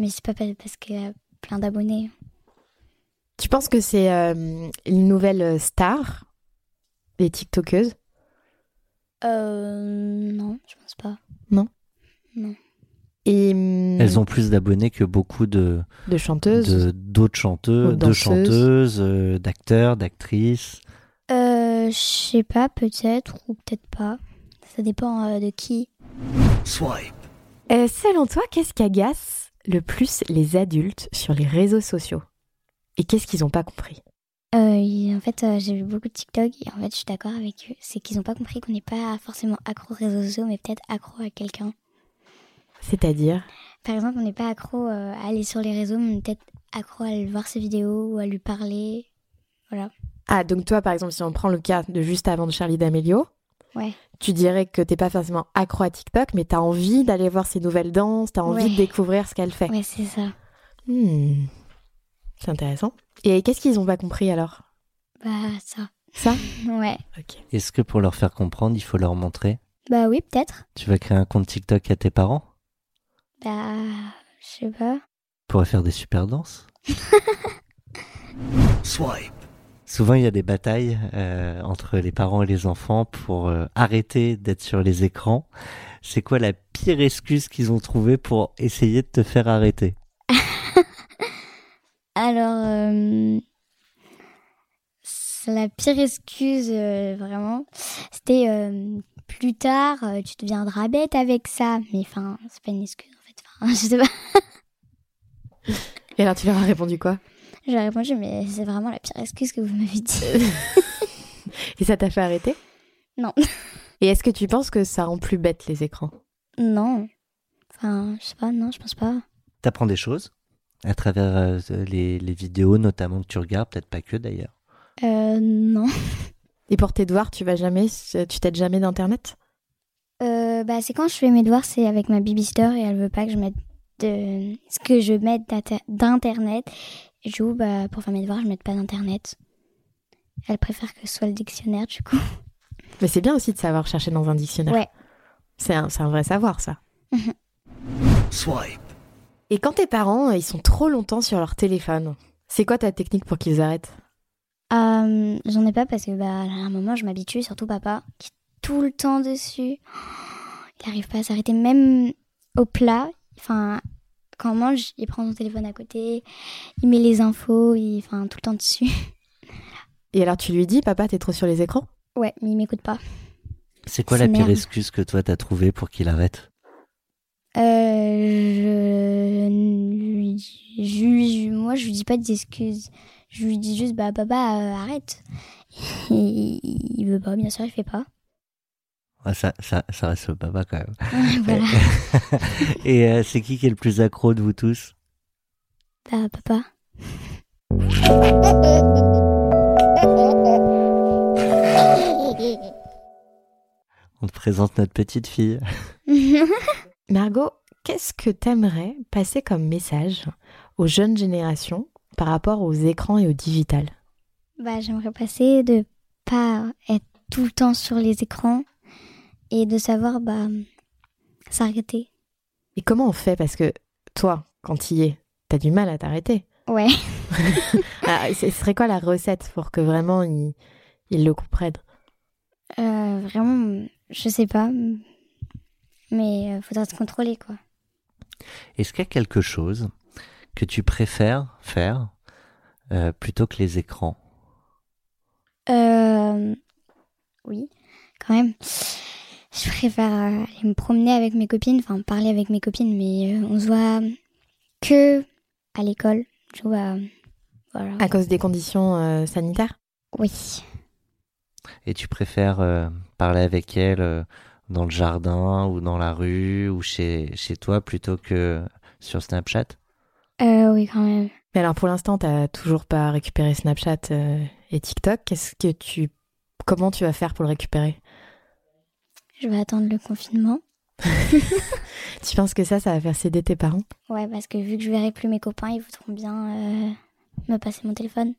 Speaker 1: Mais c'est pas pa- parce qu'elle a plein d'abonnés.
Speaker 8: Tu penses que c'est euh, une nouvelle star des TikTokeuses
Speaker 1: Euh. Non, je pense pas.
Speaker 8: Non
Speaker 1: Non.
Speaker 8: Et hum,
Speaker 6: elles ont plus d'abonnés que beaucoup de...
Speaker 8: de chanteuses
Speaker 6: de- d'autres chanteurs,
Speaker 8: Ou
Speaker 6: de
Speaker 8: danseuses.
Speaker 6: chanteuses, euh, d'acteurs, d'actrices.
Speaker 1: Euh. Je sais pas, peut-être ou peut-être pas. Ça dépend euh, de qui.
Speaker 11: Swipe.
Speaker 8: Euh, selon toi, qu'est-ce qu'agace le plus les adultes sur les réseaux sociaux Et qu'est-ce qu'ils n'ont pas compris
Speaker 1: Euh, et en fait, euh, j'ai vu beaucoup de TikTok et en fait, je suis d'accord avec eux. C'est qu'ils n'ont pas compris qu'on n'est pas forcément accro aux réseaux sociaux, mais peut-être accro à quelqu'un.
Speaker 8: C'est-à-dire
Speaker 1: Par exemple, on n'est pas accro euh, à aller sur les réseaux, mais on est peut-être accro à voir ses vidéos ou à lui parler. Voilà.
Speaker 8: Ah, donc toi, par exemple, si on prend le cas de juste avant de Charlie D'Amelio,
Speaker 1: Ouais.
Speaker 8: tu dirais que t'es pas forcément accro à TikTok, mais t'as envie d'aller voir ses nouvelles danses, t'as envie
Speaker 1: Ouais.
Speaker 8: de découvrir ce qu'elle fait.
Speaker 1: Ouais, c'est ça.
Speaker 8: Hmm. C'est intéressant. Et qu'est-ce qu'ils ont pas compris alors
Speaker 1: Bah, ça.
Speaker 8: Ça
Speaker 1: Ouais.
Speaker 6: Est-ce que pour leur faire comprendre, il faut leur montrer
Speaker 1: Bah oui, peut-être.
Speaker 6: Tu vas créer un compte TikTok à tes parents
Speaker 1: Bah, je sais pas.
Speaker 6: Tu pourrais faire des super danses
Speaker 11: Swipe.
Speaker 6: Souvent, il y a des batailles euh, entre les parents et les enfants pour euh, arrêter d'être sur les écrans. C'est quoi la pire excuse qu'ils ont trouvée pour essayer de te faire arrêter
Speaker 1: Alors, euh, c'est la pire excuse, euh, vraiment, c'était euh, plus tard, euh, tu deviendras bête avec ça. Mais enfin, c'est pas une excuse en fait. Enfin, je sais pas.
Speaker 8: Et alors tu leur as répondu quoi
Speaker 1: J'ai répondu, mais c'est vraiment la pire excuse que vous m'avez dit.
Speaker 8: Et ça t'a fait arrêter
Speaker 1: non.
Speaker 8: Et est-ce que tu penses que ça rend plus bête les écrans
Speaker 1: Non. Enfin, je sais pas, non, je pense pas.
Speaker 6: T'apprends des choses à travers euh, les, les vidéos, notamment que tu regardes, peut-être pas que d'ailleurs.
Speaker 1: Euh, non.
Speaker 8: Et pour tes devoirs, tu vas jamais, tu t'aides jamais d'internet
Speaker 1: Euh, bah, c'est quand je fais mes devoirs, c'est avec ma babysitter et elle veut pas que je mette de... ce que je mette d'inter- d'internet. Et Du coup, bah, pour faire mes devoirs, je mette pas d'internet. Elle préfère que ce soit le dictionnaire, du coup.
Speaker 8: Mais c'est bien aussi de savoir chercher dans un dictionnaire.
Speaker 1: Ouais.
Speaker 8: C'est un, c'est un vrai savoir ça.
Speaker 11: Swipe.
Speaker 8: Et quand tes parents, ils sont trop longtemps sur leur téléphone, c'est quoi ta technique pour qu'ils arrêtent
Speaker 1: Euh, J'en ai pas parce que, bah, à un moment, je m'habitue, surtout papa, qui est tout le temps dessus. Il arrive pas à s'arrêter, même au plat. Enfin, quand on mange, il prend son téléphone à côté, il met les infos, il... enfin, tout le temps dessus.
Speaker 8: Et alors tu lui dis, papa, t'es trop sur les écrans
Speaker 1: Ouais, mais il m'écoute pas.
Speaker 6: C'est quoi
Speaker 1: C'est
Speaker 6: la pire
Speaker 1: merde.
Speaker 6: excuse que toi t'as trouvée pour qu'il arrête
Speaker 1: Euh, je lui dis- je lui- je- moi je lui dis pas d'excuses. Je lui dis juste bah papa euh, arrête. Et il veut pas, bien sûr, il fait pas.
Speaker 6: Ah, ça, ça, ça reste le papa quand même.
Speaker 1: voilà.
Speaker 6: Et euh, c'est qui qui est le plus accro de vous tous
Speaker 1: Bah papa.
Speaker 6: On te présente notre petite fille.
Speaker 8: Margot, qu'est-ce que t'aimerais passer comme message aux jeunes générations par rapport aux écrans et au digital
Speaker 1: Bah, j'aimerais passer de pas être tout le temps sur les écrans et de savoir bah s'arrêter.
Speaker 8: Et comment on fait Parce que toi, quand tu y es, t'as du mal à t'arrêter.
Speaker 1: Ouais.
Speaker 8: Ah, ce serait quoi la recette pour que vraiment ils, ils le comprennent
Speaker 1: Euh, vraiment, je sais pas, mais euh, faudra se contrôler quoi.
Speaker 9: Est-ce qu'il y a quelque chose que tu préfères faire euh, plutôt que les écrans
Speaker 1: Euh, oui, quand même. Je préfère euh, aller me promener avec mes copines, enfin parler avec mes copines, mais euh, on se voit que à l'école. Je vois, euh, voilà.
Speaker 8: À cause des conditions euh, sanitaires
Speaker 1: Oui.
Speaker 9: Et tu préfères euh, parler avec elle euh, dans le jardin ou dans la rue ou chez, chez toi plutôt que sur Snapchat
Speaker 1: Euh, oui, quand même.
Speaker 8: Mais alors pour l'instant, t'as toujours pas récupéré Snapchat euh, et TikTok. Qu'est-ce que tu, comment tu vas faire pour le récupérer
Speaker 1: Je vais attendre le confinement.
Speaker 8: Tu penses que ça, ça va faire céder tes parents
Speaker 1: Ouais, parce que vu que je verrai plus mes copains, ils voudront bien euh, me passer mon téléphone.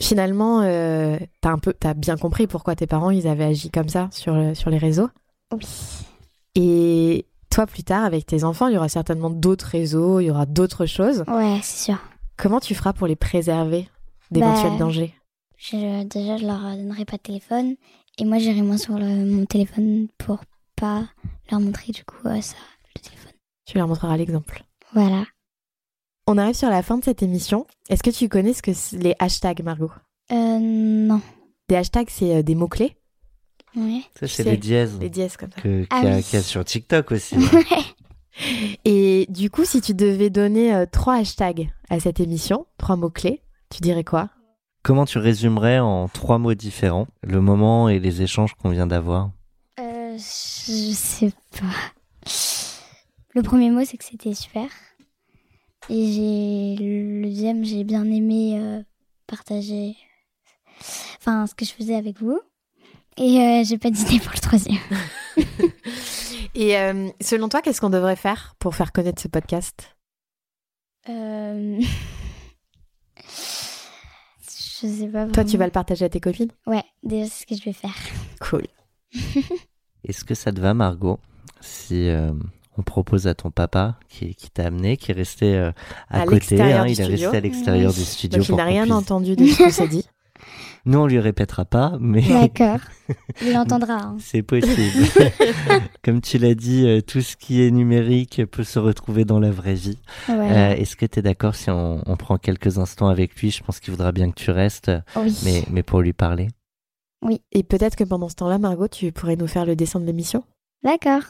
Speaker 8: Finalement, euh, t'as un peu, t'as bien compris pourquoi tes parents ils avaient agi comme ça sur le- sur les réseaux.
Speaker 1: Oui.
Speaker 8: Et toi, plus tard, avec tes enfants, il y aura certainement d'autres réseaux, il y aura d'autres choses.
Speaker 1: Ouais, c'est sûr.
Speaker 8: Comment tu feras pour les préserver d'éventuels
Speaker 1: d'éventuels
Speaker 8: dangers
Speaker 1: Je, déjà, je leur donnerai pas de téléphone. Et moi, j'irai moins sur le- mon téléphone pour pas leur montrer du coup euh, ça.
Speaker 8: Tu leur montreras l'exemple.
Speaker 1: Voilà.
Speaker 8: On arrive sur la fin de cette émission. Est-ce que tu connais ce que c'est- les hashtags, Margot
Speaker 1: Euh, non.
Speaker 8: Des hashtags, c'est euh, des mots-clés.
Speaker 1: Ouais.
Speaker 9: Ça,
Speaker 8: Tu
Speaker 9: c'est
Speaker 8: sais,
Speaker 9: les dièses.
Speaker 8: les dièses comme ça.
Speaker 9: Que, qu'il
Speaker 8: Ah
Speaker 9: y a,
Speaker 8: oui.
Speaker 9: qu'il y a sur TikTok aussi.
Speaker 8: Et du coup, si tu devais donner euh, trois hashtags à cette émission, trois mots-clés, tu dirais quoi
Speaker 9: Comment tu résumerais en trois mots différents le moment et les échanges qu'on vient d'avoir
Speaker 1: Euh, je sais pas. Le premier mot, c'est que c'était super. Et j'ai le deuxième, j'ai bien aimé euh, partager enfin, ce que je faisais avec vous. Et euh, j'ai pas d'idée pour le troisième.
Speaker 8: Et euh, selon toi, qu'est-ce qu'on devrait faire pour faire connaître ce podcast
Speaker 1: Euh, je sais pas.
Speaker 8: Toi, tu
Speaker 1: vraiment.
Speaker 8: vas le partager à tes copines
Speaker 1: Ouais, déjà, c'est ce que je vais faire.
Speaker 8: Cool.
Speaker 9: Est-ce que ça te va, Margot, si euh, on propose à ton papa qui, qui t'a amené, qui est resté euh, à, côté,
Speaker 8: l'extérieur
Speaker 9: hein,
Speaker 8: du
Speaker 9: il est resté
Speaker 8: studio.
Speaker 9: à l'extérieur
Speaker 8: Oui.
Speaker 9: du studio
Speaker 8: Donc, il
Speaker 9: pour
Speaker 8: n'a
Speaker 9: qu'on
Speaker 8: rien
Speaker 9: puisse-
Speaker 8: entendu de ce qu'on s'est dit.
Speaker 9: Nous, on lui répétera pas, mais
Speaker 1: D'accord. Il l'entendra. hein.
Speaker 9: c'est possible. Comme tu l'as dit, euh, tout ce qui est numérique peut se retrouver dans la vraie vie.
Speaker 1: Voilà.
Speaker 9: Euh, Est-ce que tu es d'accord si on, on prend quelques instants avec lui Je pense qu'il voudra bien que tu restes,
Speaker 1: Oui.
Speaker 9: mais, mais pour lui parler.
Speaker 1: Oui.
Speaker 8: Et peut-être que pendant ce temps-là, Margot, tu pourrais nous faire le dessin de l'émission.
Speaker 1: D'accord.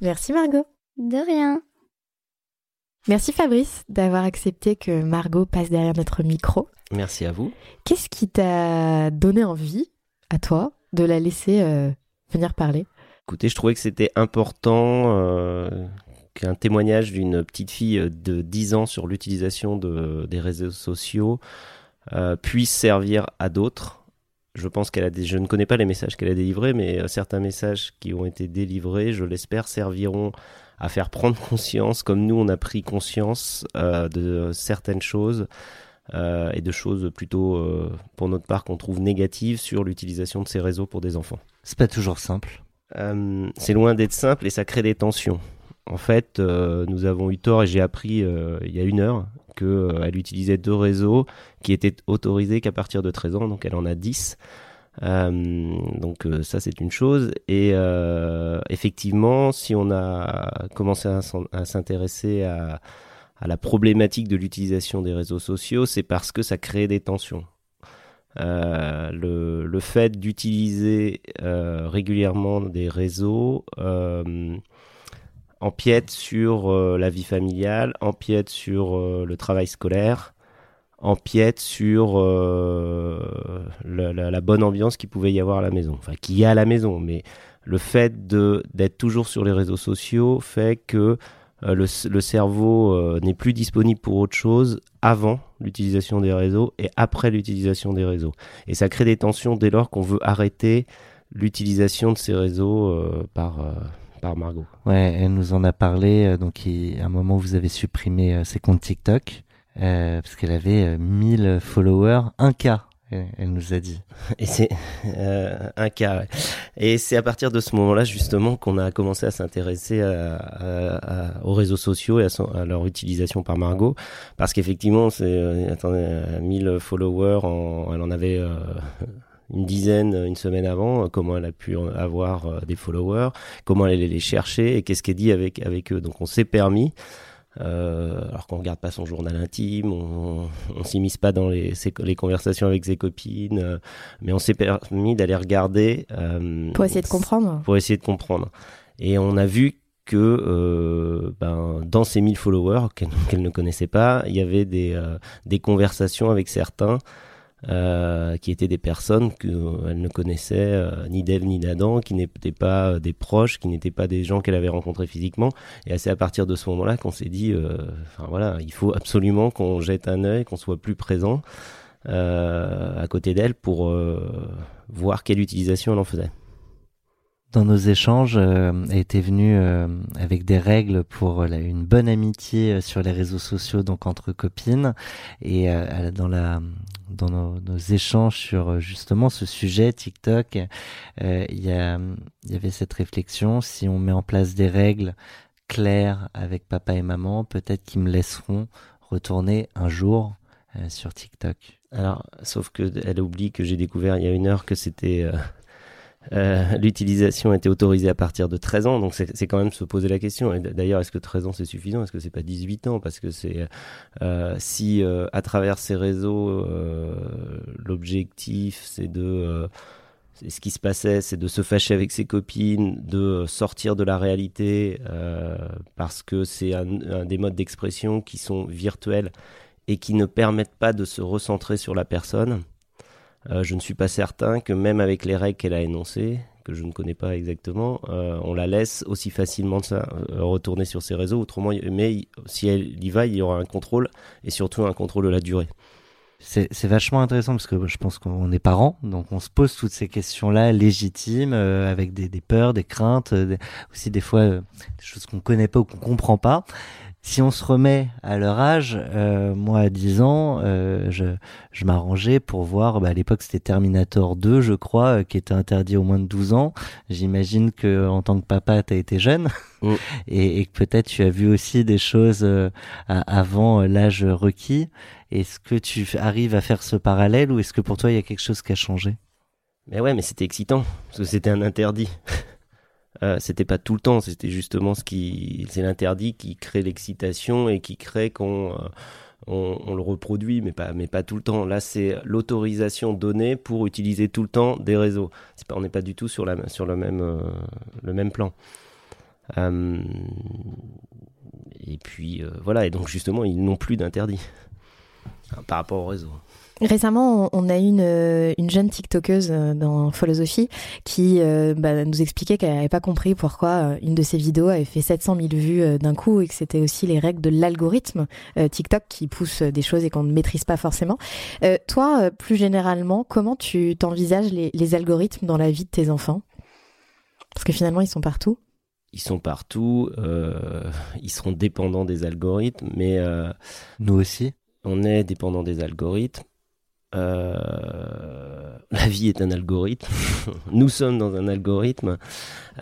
Speaker 8: Merci, Margot.
Speaker 1: De rien.
Speaker 8: Merci, Fabrice, d'avoir accepté que Margot passe derrière notre micro.
Speaker 6: Merci à vous.
Speaker 8: Qu'est-ce qui t'a donné envie, à toi, de la laisser euh, venir parler
Speaker 6: Écoutez, je trouvais que c'était important euh, qu'un témoignage d'une petite fille de 10 ans sur l'utilisation de- des réseaux sociaux euh, puisse servir à d'autres. Je pense qu'elle a des... Je ne connais pas les messages qu'elle a délivrés, mais euh, certains messages qui ont été délivrés, je l'espère, serviront à faire prendre conscience, comme nous on a pris conscience euh, de certaines choses euh, et de choses plutôt, euh, pour notre part, qu'on trouve négatives sur l'utilisation de ces réseaux pour des enfants.
Speaker 9: C'est pas toujours simple.
Speaker 6: Euh, c'est loin d'être simple et ça crée des tensions. En fait, euh, nous avons eu tort et j'ai appris euh, il y a une heure qu'elle utilisait deux réseaux qui étaient autorisés qu'à partir de 13 ans, donc elle en a 10. Euh, donc euh, ça c'est une chose et euh, effectivement si on a commencé à s'en- à s'intéresser à, à la problématique de l'utilisation des réseaux sociaux c'est parce que ça crée des tensions euh, le, le fait d'utiliser euh, régulièrement des réseaux euh, empiète sur euh, la vie familiale, empiète sur euh, le travail scolaire, empiète sur euh, la, la- la bonne ambiance qu'il pouvait y avoir à la maison, enfin qu'il y a à la maison, mais le fait de- d'être toujours sur les réseaux sociaux fait que euh, le, c- le cerveau euh, n'est plus disponible pour autre chose avant l'utilisation des réseaux et après l'utilisation des réseaux. Et ça crée des tensions dès lors qu'on veut arrêter l'utilisation de ces réseaux euh, par, euh, par Margot.
Speaker 9: Ouais, elle nous en a parlé. euh, Donc, il- à un moment, vous avez supprimé euh, ses comptes TikTok euh, parce qu'elle avait euh, 1000 followers, 1K, elle, elle nous a dit.
Speaker 6: Et c'est euh, un cas. ouais. Et c'est à partir de ce moment-là justement qu'on a commencé à s'intéresser à- à- à- aux réseaux sociaux et à, son- à leur utilisation par Margot, parce qu'effectivement, c'est euh, attendez, euh, 1000 followers, en- elle en avait euh, une dizaine euh, une semaine avant. euh, Comment elle a pu en avoir euh, des followers, comment elle allait les chercher et qu'est-ce qu'elle dit avec avec eux. Donc on s'est permis. Euh, alors qu'on regarde pas son journal intime, on, on s'immisce pas dans les, ses- les conversations avec ses copines, euh, mais on s'est permis d'aller regarder euh,
Speaker 8: Pour essayer de comprendre.
Speaker 6: Pour essayer de comprendre. Et on a vu que euh, ben, dans ces 1000 followers qu'elle qu'elle ne connaissait pas, il y avait des, euh, des conversations avec certains euh, qui étaient des personnes qu'elle ne connaissait euh, ni d'Ève ni d'Adam, qui n'étaient pas euh, des proches, qui n'étaient pas des gens qu'elle avait rencontrés physiquement. Et c'est à partir de ce moment-là qu'on s'est dit, euh, enfin voilà, il faut absolument qu'on jette un œil, qu'on soit plus présent euh, à côté d'elle pour euh, voir quelle utilisation elle en faisait.
Speaker 9: Dans nos échanges, euh, elle était venue euh, avec des règles pour euh, la- une bonne amitié euh, sur les réseaux sociaux, donc entre copines. Et euh, elle- dans, la, dans nos, nos échanges sur euh, justement ce sujet TikTok, euh, il y, a- il y avait cette réflexion, si on met en place des règles claires avec papa et maman, peut-être qu'ils me laisseront retourner un jour euh, sur TikTok.
Speaker 6: Alors, sauf que elle oublie que j'ai découvert il y a une heure que c'était euh, euh, l'utilisation était autorisée à partir de 13 ans, donc c'est c'est quand même se poser la question. Et d- d'ailleurs, est-ce que 13 ans c'est suffisant Est-ce que c'est pas 18 ans Parce que c'est euh, si euh, à travers ces réseaux, euh, l'objectif c'est de euh, c'est ce qui se passait, c'est de se fâcher avec ses copines, de sortir de la réalité, euh, parce que c'est un, un des modes d'expression qui sont virtuels et qui ne permettent pas de se recentrer sur la personne. Euh, je ne suis pas certain que même avec les règles qu'elle a énoncées, que je ne connais pas exactement, euh, on la laisse aussi facilement de ça, euh, retourner sur ses réseaux. Autrement, il- mais il- si elle y va, il y aura un contrôle et surtout un contrôle de la durée.
Speaker 9: C'est c'est vachement intéressant parce que je pense qu'on est parents, donc on se pose toutes ces questions-là légitimes, euh, avec des, des peurs, des craintes, euh, des- aussi des fois euh, des choses qu'on connaît pas ou qu'on comprend pas. Si on se remet à leur âge, euh, moi à 10 ans, euh, je, je m'arrangeais pour voir, bah, à l'époque c'était Terminator 2 je crois, euh, qui était interdit au moins de 12 ans. J'imagine que en tant que papa t'as été jeune et, et que peut-être tu as vu aussi des choses euh, à- avant euh, l'âge requis. Est-ce que tu f- arrives à faire ce parallèle ou est-ce que pour toi il y a quelque chose qui a changé
Speaker 6: Mais ouais, mais c'était excitant, parce que c'était un interdit. Euh, c'était pas tout le temps, c'était justement ce qui, c'est l'interdit qui crée l'excitation et qui crée qu'on, euh, on, on le reproduit, mais pas, mais pas tout le temps. Là, c'est l'autorisation donnée pour utiliser tout le temps des réseaux. C'est pas, on n'est pas du tout sur la, sur le même, euh, le même plan. Euh, et puis euh, voilà, et donc justement, ils n'ont plus d'interdit Hein, par rapport au réseau.
Speaker 8: Récemment, on on a eu une, euh, une jeune TikTokeuse euh, dans Philosophie qui euh, bah, nous expliquait qu'elle n'avait pas compris pourquoi euh, une de ses vidéos avait fait 700 000 vues euh, d'un coup et que c'était aussi les règles de l'algorithme euh, TikTok qui pousse euh, des choses et qu'on ne maîtrise pas forcément. Euh, toi, euh, plus généralement, comment tu t'envisages les, les algorithmes dans la vie de tes enfants Parce que finalement, ils sont partout.
Speaker 6: ils sont partout, euh, ils seront dépendants des algorithmes, mais... euh,
Speaker 9: Nous aussi
Speaker 6: On est dépendants des algorithmes. Euh, la vie est un algorithme. Nous sommes dans un algorithme.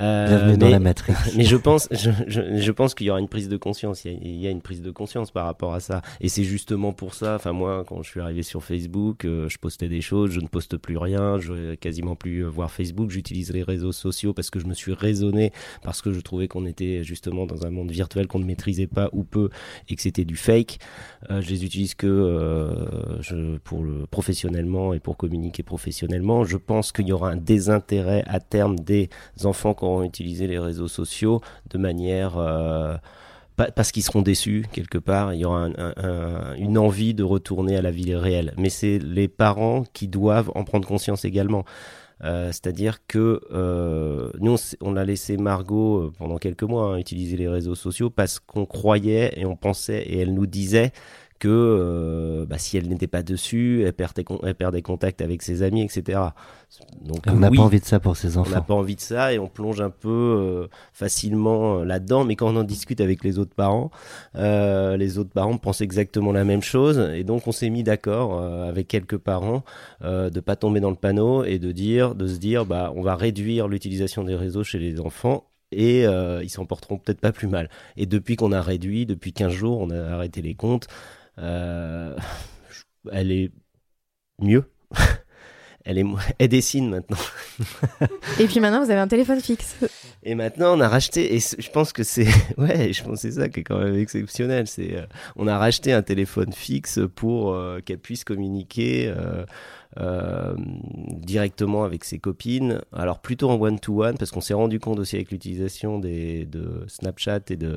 Speaker 6: Euh,
Speaker 9: Bienvenue dans la Matrix.
Speaker 6: Mais je pense, je, je- je pense qu'il y aura une prise de conscience. Il y, a, il y a une prise de conscience par rapport à ça. Et c'est justement pour ça. Enfin, moi, quand je suis arrivé sur Facebook, euh, je postais des choses, je ne poste plus rien, je vais quasiment plus euh, voir Facebook. J'utilise les réseaux sociaux parce que je me suis raisonné, parce que je trouvais qu'on était justement dans un monde virtuel qu'on ne maîtrisait pas ou peu et que c'était du fake. Euh, je les utilise que euh, je, pour le, professionnellement et pour communiquer professionnellement. Je pense qu'il y aura un désintérêt à terme des enfants qui auront utilisé les réseaux sociaux de manière... euh, pas- parce qu'ils seront déçus quelque part, il y aura un- un- un- une envie de retourner à la vie réelle. Mais c'est les parents qui doivent en prendre conscience également. Euh, C'est-à-dire que euh, nous, on s- on a laissé Margot euh, pendant quelques mois hein, utiliser les réseaux sociaux parce qu'on croyait et on pensait et elle nous disait que euh, bah, si elle n'était pas dessus, elle perdait, con- elle perdait contact avec ses amis, etc. Donc,
Speaker 9: On n'a
Speaker 6: oui,
Speaker 9: pas envie de ça pour ses
Speaker 6: On n'a
Speaker 9: enfants.
Speaker 6: pas envie de ça et on plonge un peu euh, facilement euh, là-dedans. Mais quand on en discute avec les autres parents, euh, les autres parents pensent exactement la même chose. Et donc on s'est mis d'accord euh, avec quelques parents euh, de pas tomber dans le panneau et de dire, de se dire, bah on va réduire l'utilisation des réseaux chez les enfants. Et euh, ils s'en porteront peut-être pas plus mal. Et depuis qu'on a réduit, depuis 15 jours, on a arrêté les comptes, euh, je- elle est mieux. elle, est, mo- elle dessine maintenant.
Speaker 8: Et puis maintenant, vous avez un téléphone fixe.
Speaker 6: Et maintenant, on a racheté, et c- je pense que c'est, ouais, je pense que c'est ça qui est quand même exceptionnel. C'est, euh, on a racheté un téléphone fixe pour euh, qu'elle puisse communiquer euh, euh, directement avec ses copines. Alors plutôt en one-to-one, parce qu'on s'est rendu compte aussi avec l'utilisation des, de Snapchat et de,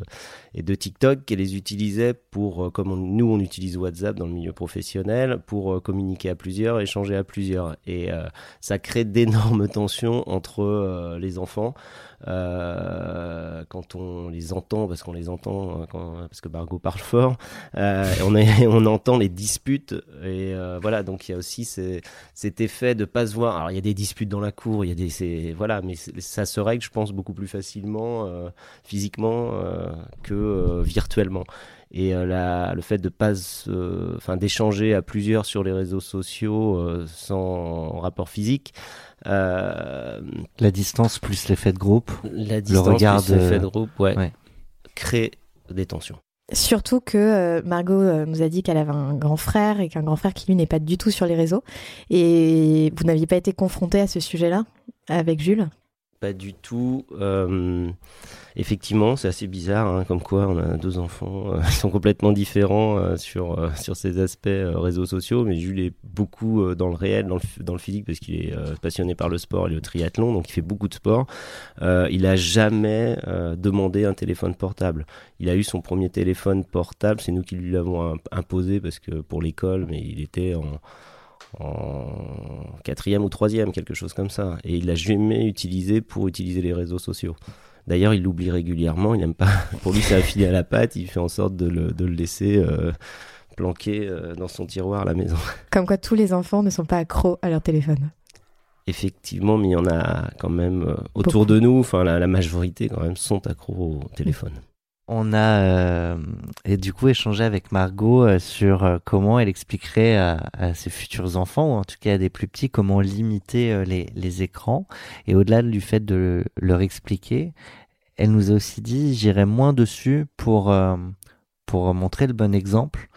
Speaker 6: et de TikTok qu'elle les utilisait pour, euh, comme on- nous on utilise WhatsApp dans le milieu professionnel, pour euh, communiquer à plusieurs, échanger à plusieurs. Et euh, ça crée d'énormes tensions entre euh, les enfants euh, quand on les entend, parce qu'on les entend, euh, quand- parce que Bargo parle fort, euh, on, est- on entend les disputes. Et euh, voilà, donc il y a aussi ces- cet effet de pas se voir. Alors il y a des disputes dans la cour, il y a des. c'est- Voilà, mais c'est- ça se règle, je pense, beaucoup plus facilement euh, physiquement euh, que euh, virtuellement. Et euh, la- le fait de pas, se- enfin d'échanger à plusieurs sur les réseaux sociaux euh, sans rapport physique, euh,
Speaker 9: La distance plus l'effet de groupe.
Speaker 6: la
Speaker 9: le
Speaker 6: distance
Speaker 9: regard
Speaker 6: plus l'effet
Speaker 9: de-
Speaker 6: de groupe ouais, crée des tensions.
Speaker 8: Surtout que euh, Margot euh, nous a dit qu'elle avait un grand frère et qu'un grand frère qui lui n'est pas du tout sur les réseaux. Et vous n'aviez pas été confronté à ce sujet-là avec Jules
Speaker 6: Pas du tout. euh, effectivement, c'est assez bizarre, hein, comme quoi on a deux enfants euh, qui sont complètement différents euh, sur, euh, sur ces aspects euh, réseaux sociaux, mais Jules est beaucoup euh, dans le réel, dans le, f- dans le physique, parce qu'il est euh, passionné par le sport et le triathlon, donc il fait beaucoup de sport. Euh, il a jamais euh, demandé un téléphone portable. Il a eu son premier téléphone portable, c'est nous qui lui l'avons im- imposé, parce que pour l'école, mais il était en en quatrième ou troisième, quelque chose comme ça. Et il l'a jamais utilisé pour utiliser les réseaux sociaux. D'ailleurs, il l'oublie régulièrement, il n'aime pas. Pour lui, c'est affilé à la patte, il fait en sorte de le, de le laisser euh, planqué euh, dans son tiroir à la maison.
Speaker 8: Comme quoi tous les enfants ne sont pas accros à leur téléphone.
Speaker 6: Effectivement, mais il y en a quand même euh, autour de nous, enfin la, la majorité quand même sont accros au téléphone.
Speaker 9: On a euh, et du coup échangé avec Margot euh, sur euh, comment elle expliquerait à, à ses futurs enfants, ou en tout cas à des plus petits, comment limiter euh, les, les écrans. Et au-delà du fait de leur expliquer, elle nous a aussi dit j'irai moins dessus pour euh, pour montrer le bon exemple.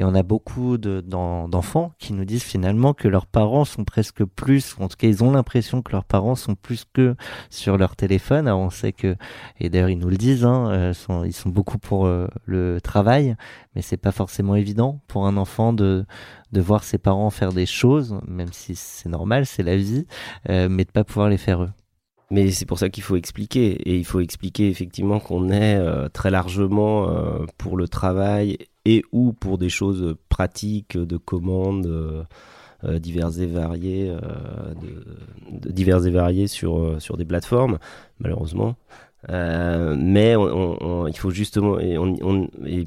Speaker 9: Et on a beaucoup de- d'en- d'enfants qui nous disent finalement que leurs parents sont presque plus, ou en tout cas ils ont l'impression que leurs parents sont plus que sur leur téléphone. Alors on sait que, et d'ailleurs ils nous le disent, hein, euh, sont- ils sont beaucoup pour euh, le travail, mais c'est pas forcément évident pour un enfant de, de voir ses parents faire des choses, même si c'est normal, c'est la vie, euh, mais de pas pouvoir les faire eux.
Speaker 6: Mais c'est pour ça qu'il faut expliquer. Et il faut expliquer effectivement qu'on est euh, très largement euh, pour le travail et ou pour des choses pratiques de commandes euh, euh, diverses et variées, euh, de, de diverses et variées sur, euh, sur des plateformes, malheureusement. Euh, mais on- on- on- il faut justement. et on- on- et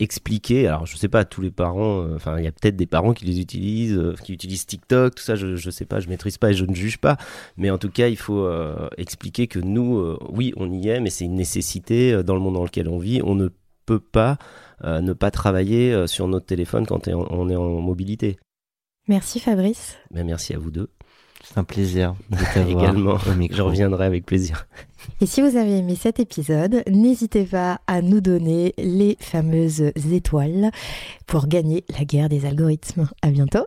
Speaker 6: expliquer. Alors, je sais pas, tous les parents, euh, enfin, il y a peut-être des parents qui les utilisent, euh, qui utilisent TikTok, tout ça, je, je sais pas, je maîtrise pas et je ne juge pas. Mais en tout cas, il faut euh, expliquer que nous, euh, oui, on y est, mais c'est une nécessité euh, dans le monde dans lequel on vit. On ne peut pas euh, ne pas travailler euh, sur notre téléphone quand on- on est en mobilité.
Speaker 8: Merci Fabrice.
Speaker 6: Ben, merci à vous deux.
Speaker 9: C'est un plaisir de t'avoir
Speaker 6: Également,
Speaker 9: au micro.
Speaker 6: je reviendrai avec plaisir.
Speaker 8: Et si vous avez aimé cet épisode, n'hésitez pas à nous donner les fameuses étoiles pour gagner la guerre des algorithmes. À bientôt.